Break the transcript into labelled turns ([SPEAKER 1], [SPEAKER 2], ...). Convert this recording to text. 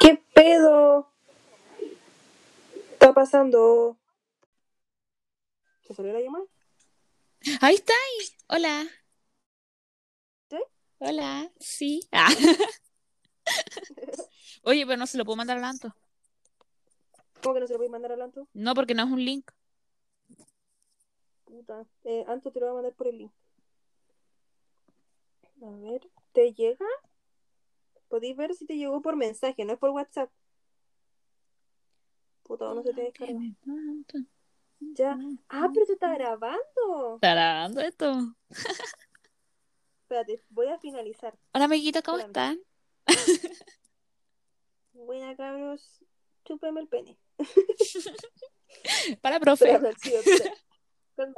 [SPEAKER 1] ¿Qué pedo? Está pasando. ¿Se salió la llamada?
[SPEAKER 2] Ahí está. ahí. Hola.
[SPEAKER 1] ¿Sí?
[SPEAKER 2] Hola. Sí. Ah. Oye, pero no se lo puedo mandar al Anto.
[SPEAKER 1] ¿Cómo que no se lo voy a mandar al Anto?
[SPEAKER 2] No, porque no es un link.
[SPEAKER 1] Puta. Eh, Anto te lo voy a mandar por el link. A ver, ¿te llega? Podéis ver si te llegó por mensaje, no es por WhatsApp. Puta, no se te descarga. Ya. Ah, pero te está grabando.
[SPEAKER 2] Tarando esto.
[SPEAKER 1] Espérate, voy a finalizar.
[SPEAKER 2] Hola, amiguitos, ¿cómo están?
[SPEAKER 1] Buena, cabros. Chúpeme el pene.
[SPEAKER 2] Para,
[SPEAKER 1] Espera,
[SPEAKER 2] profe.
[SPEAKER 1] no, sí, espera.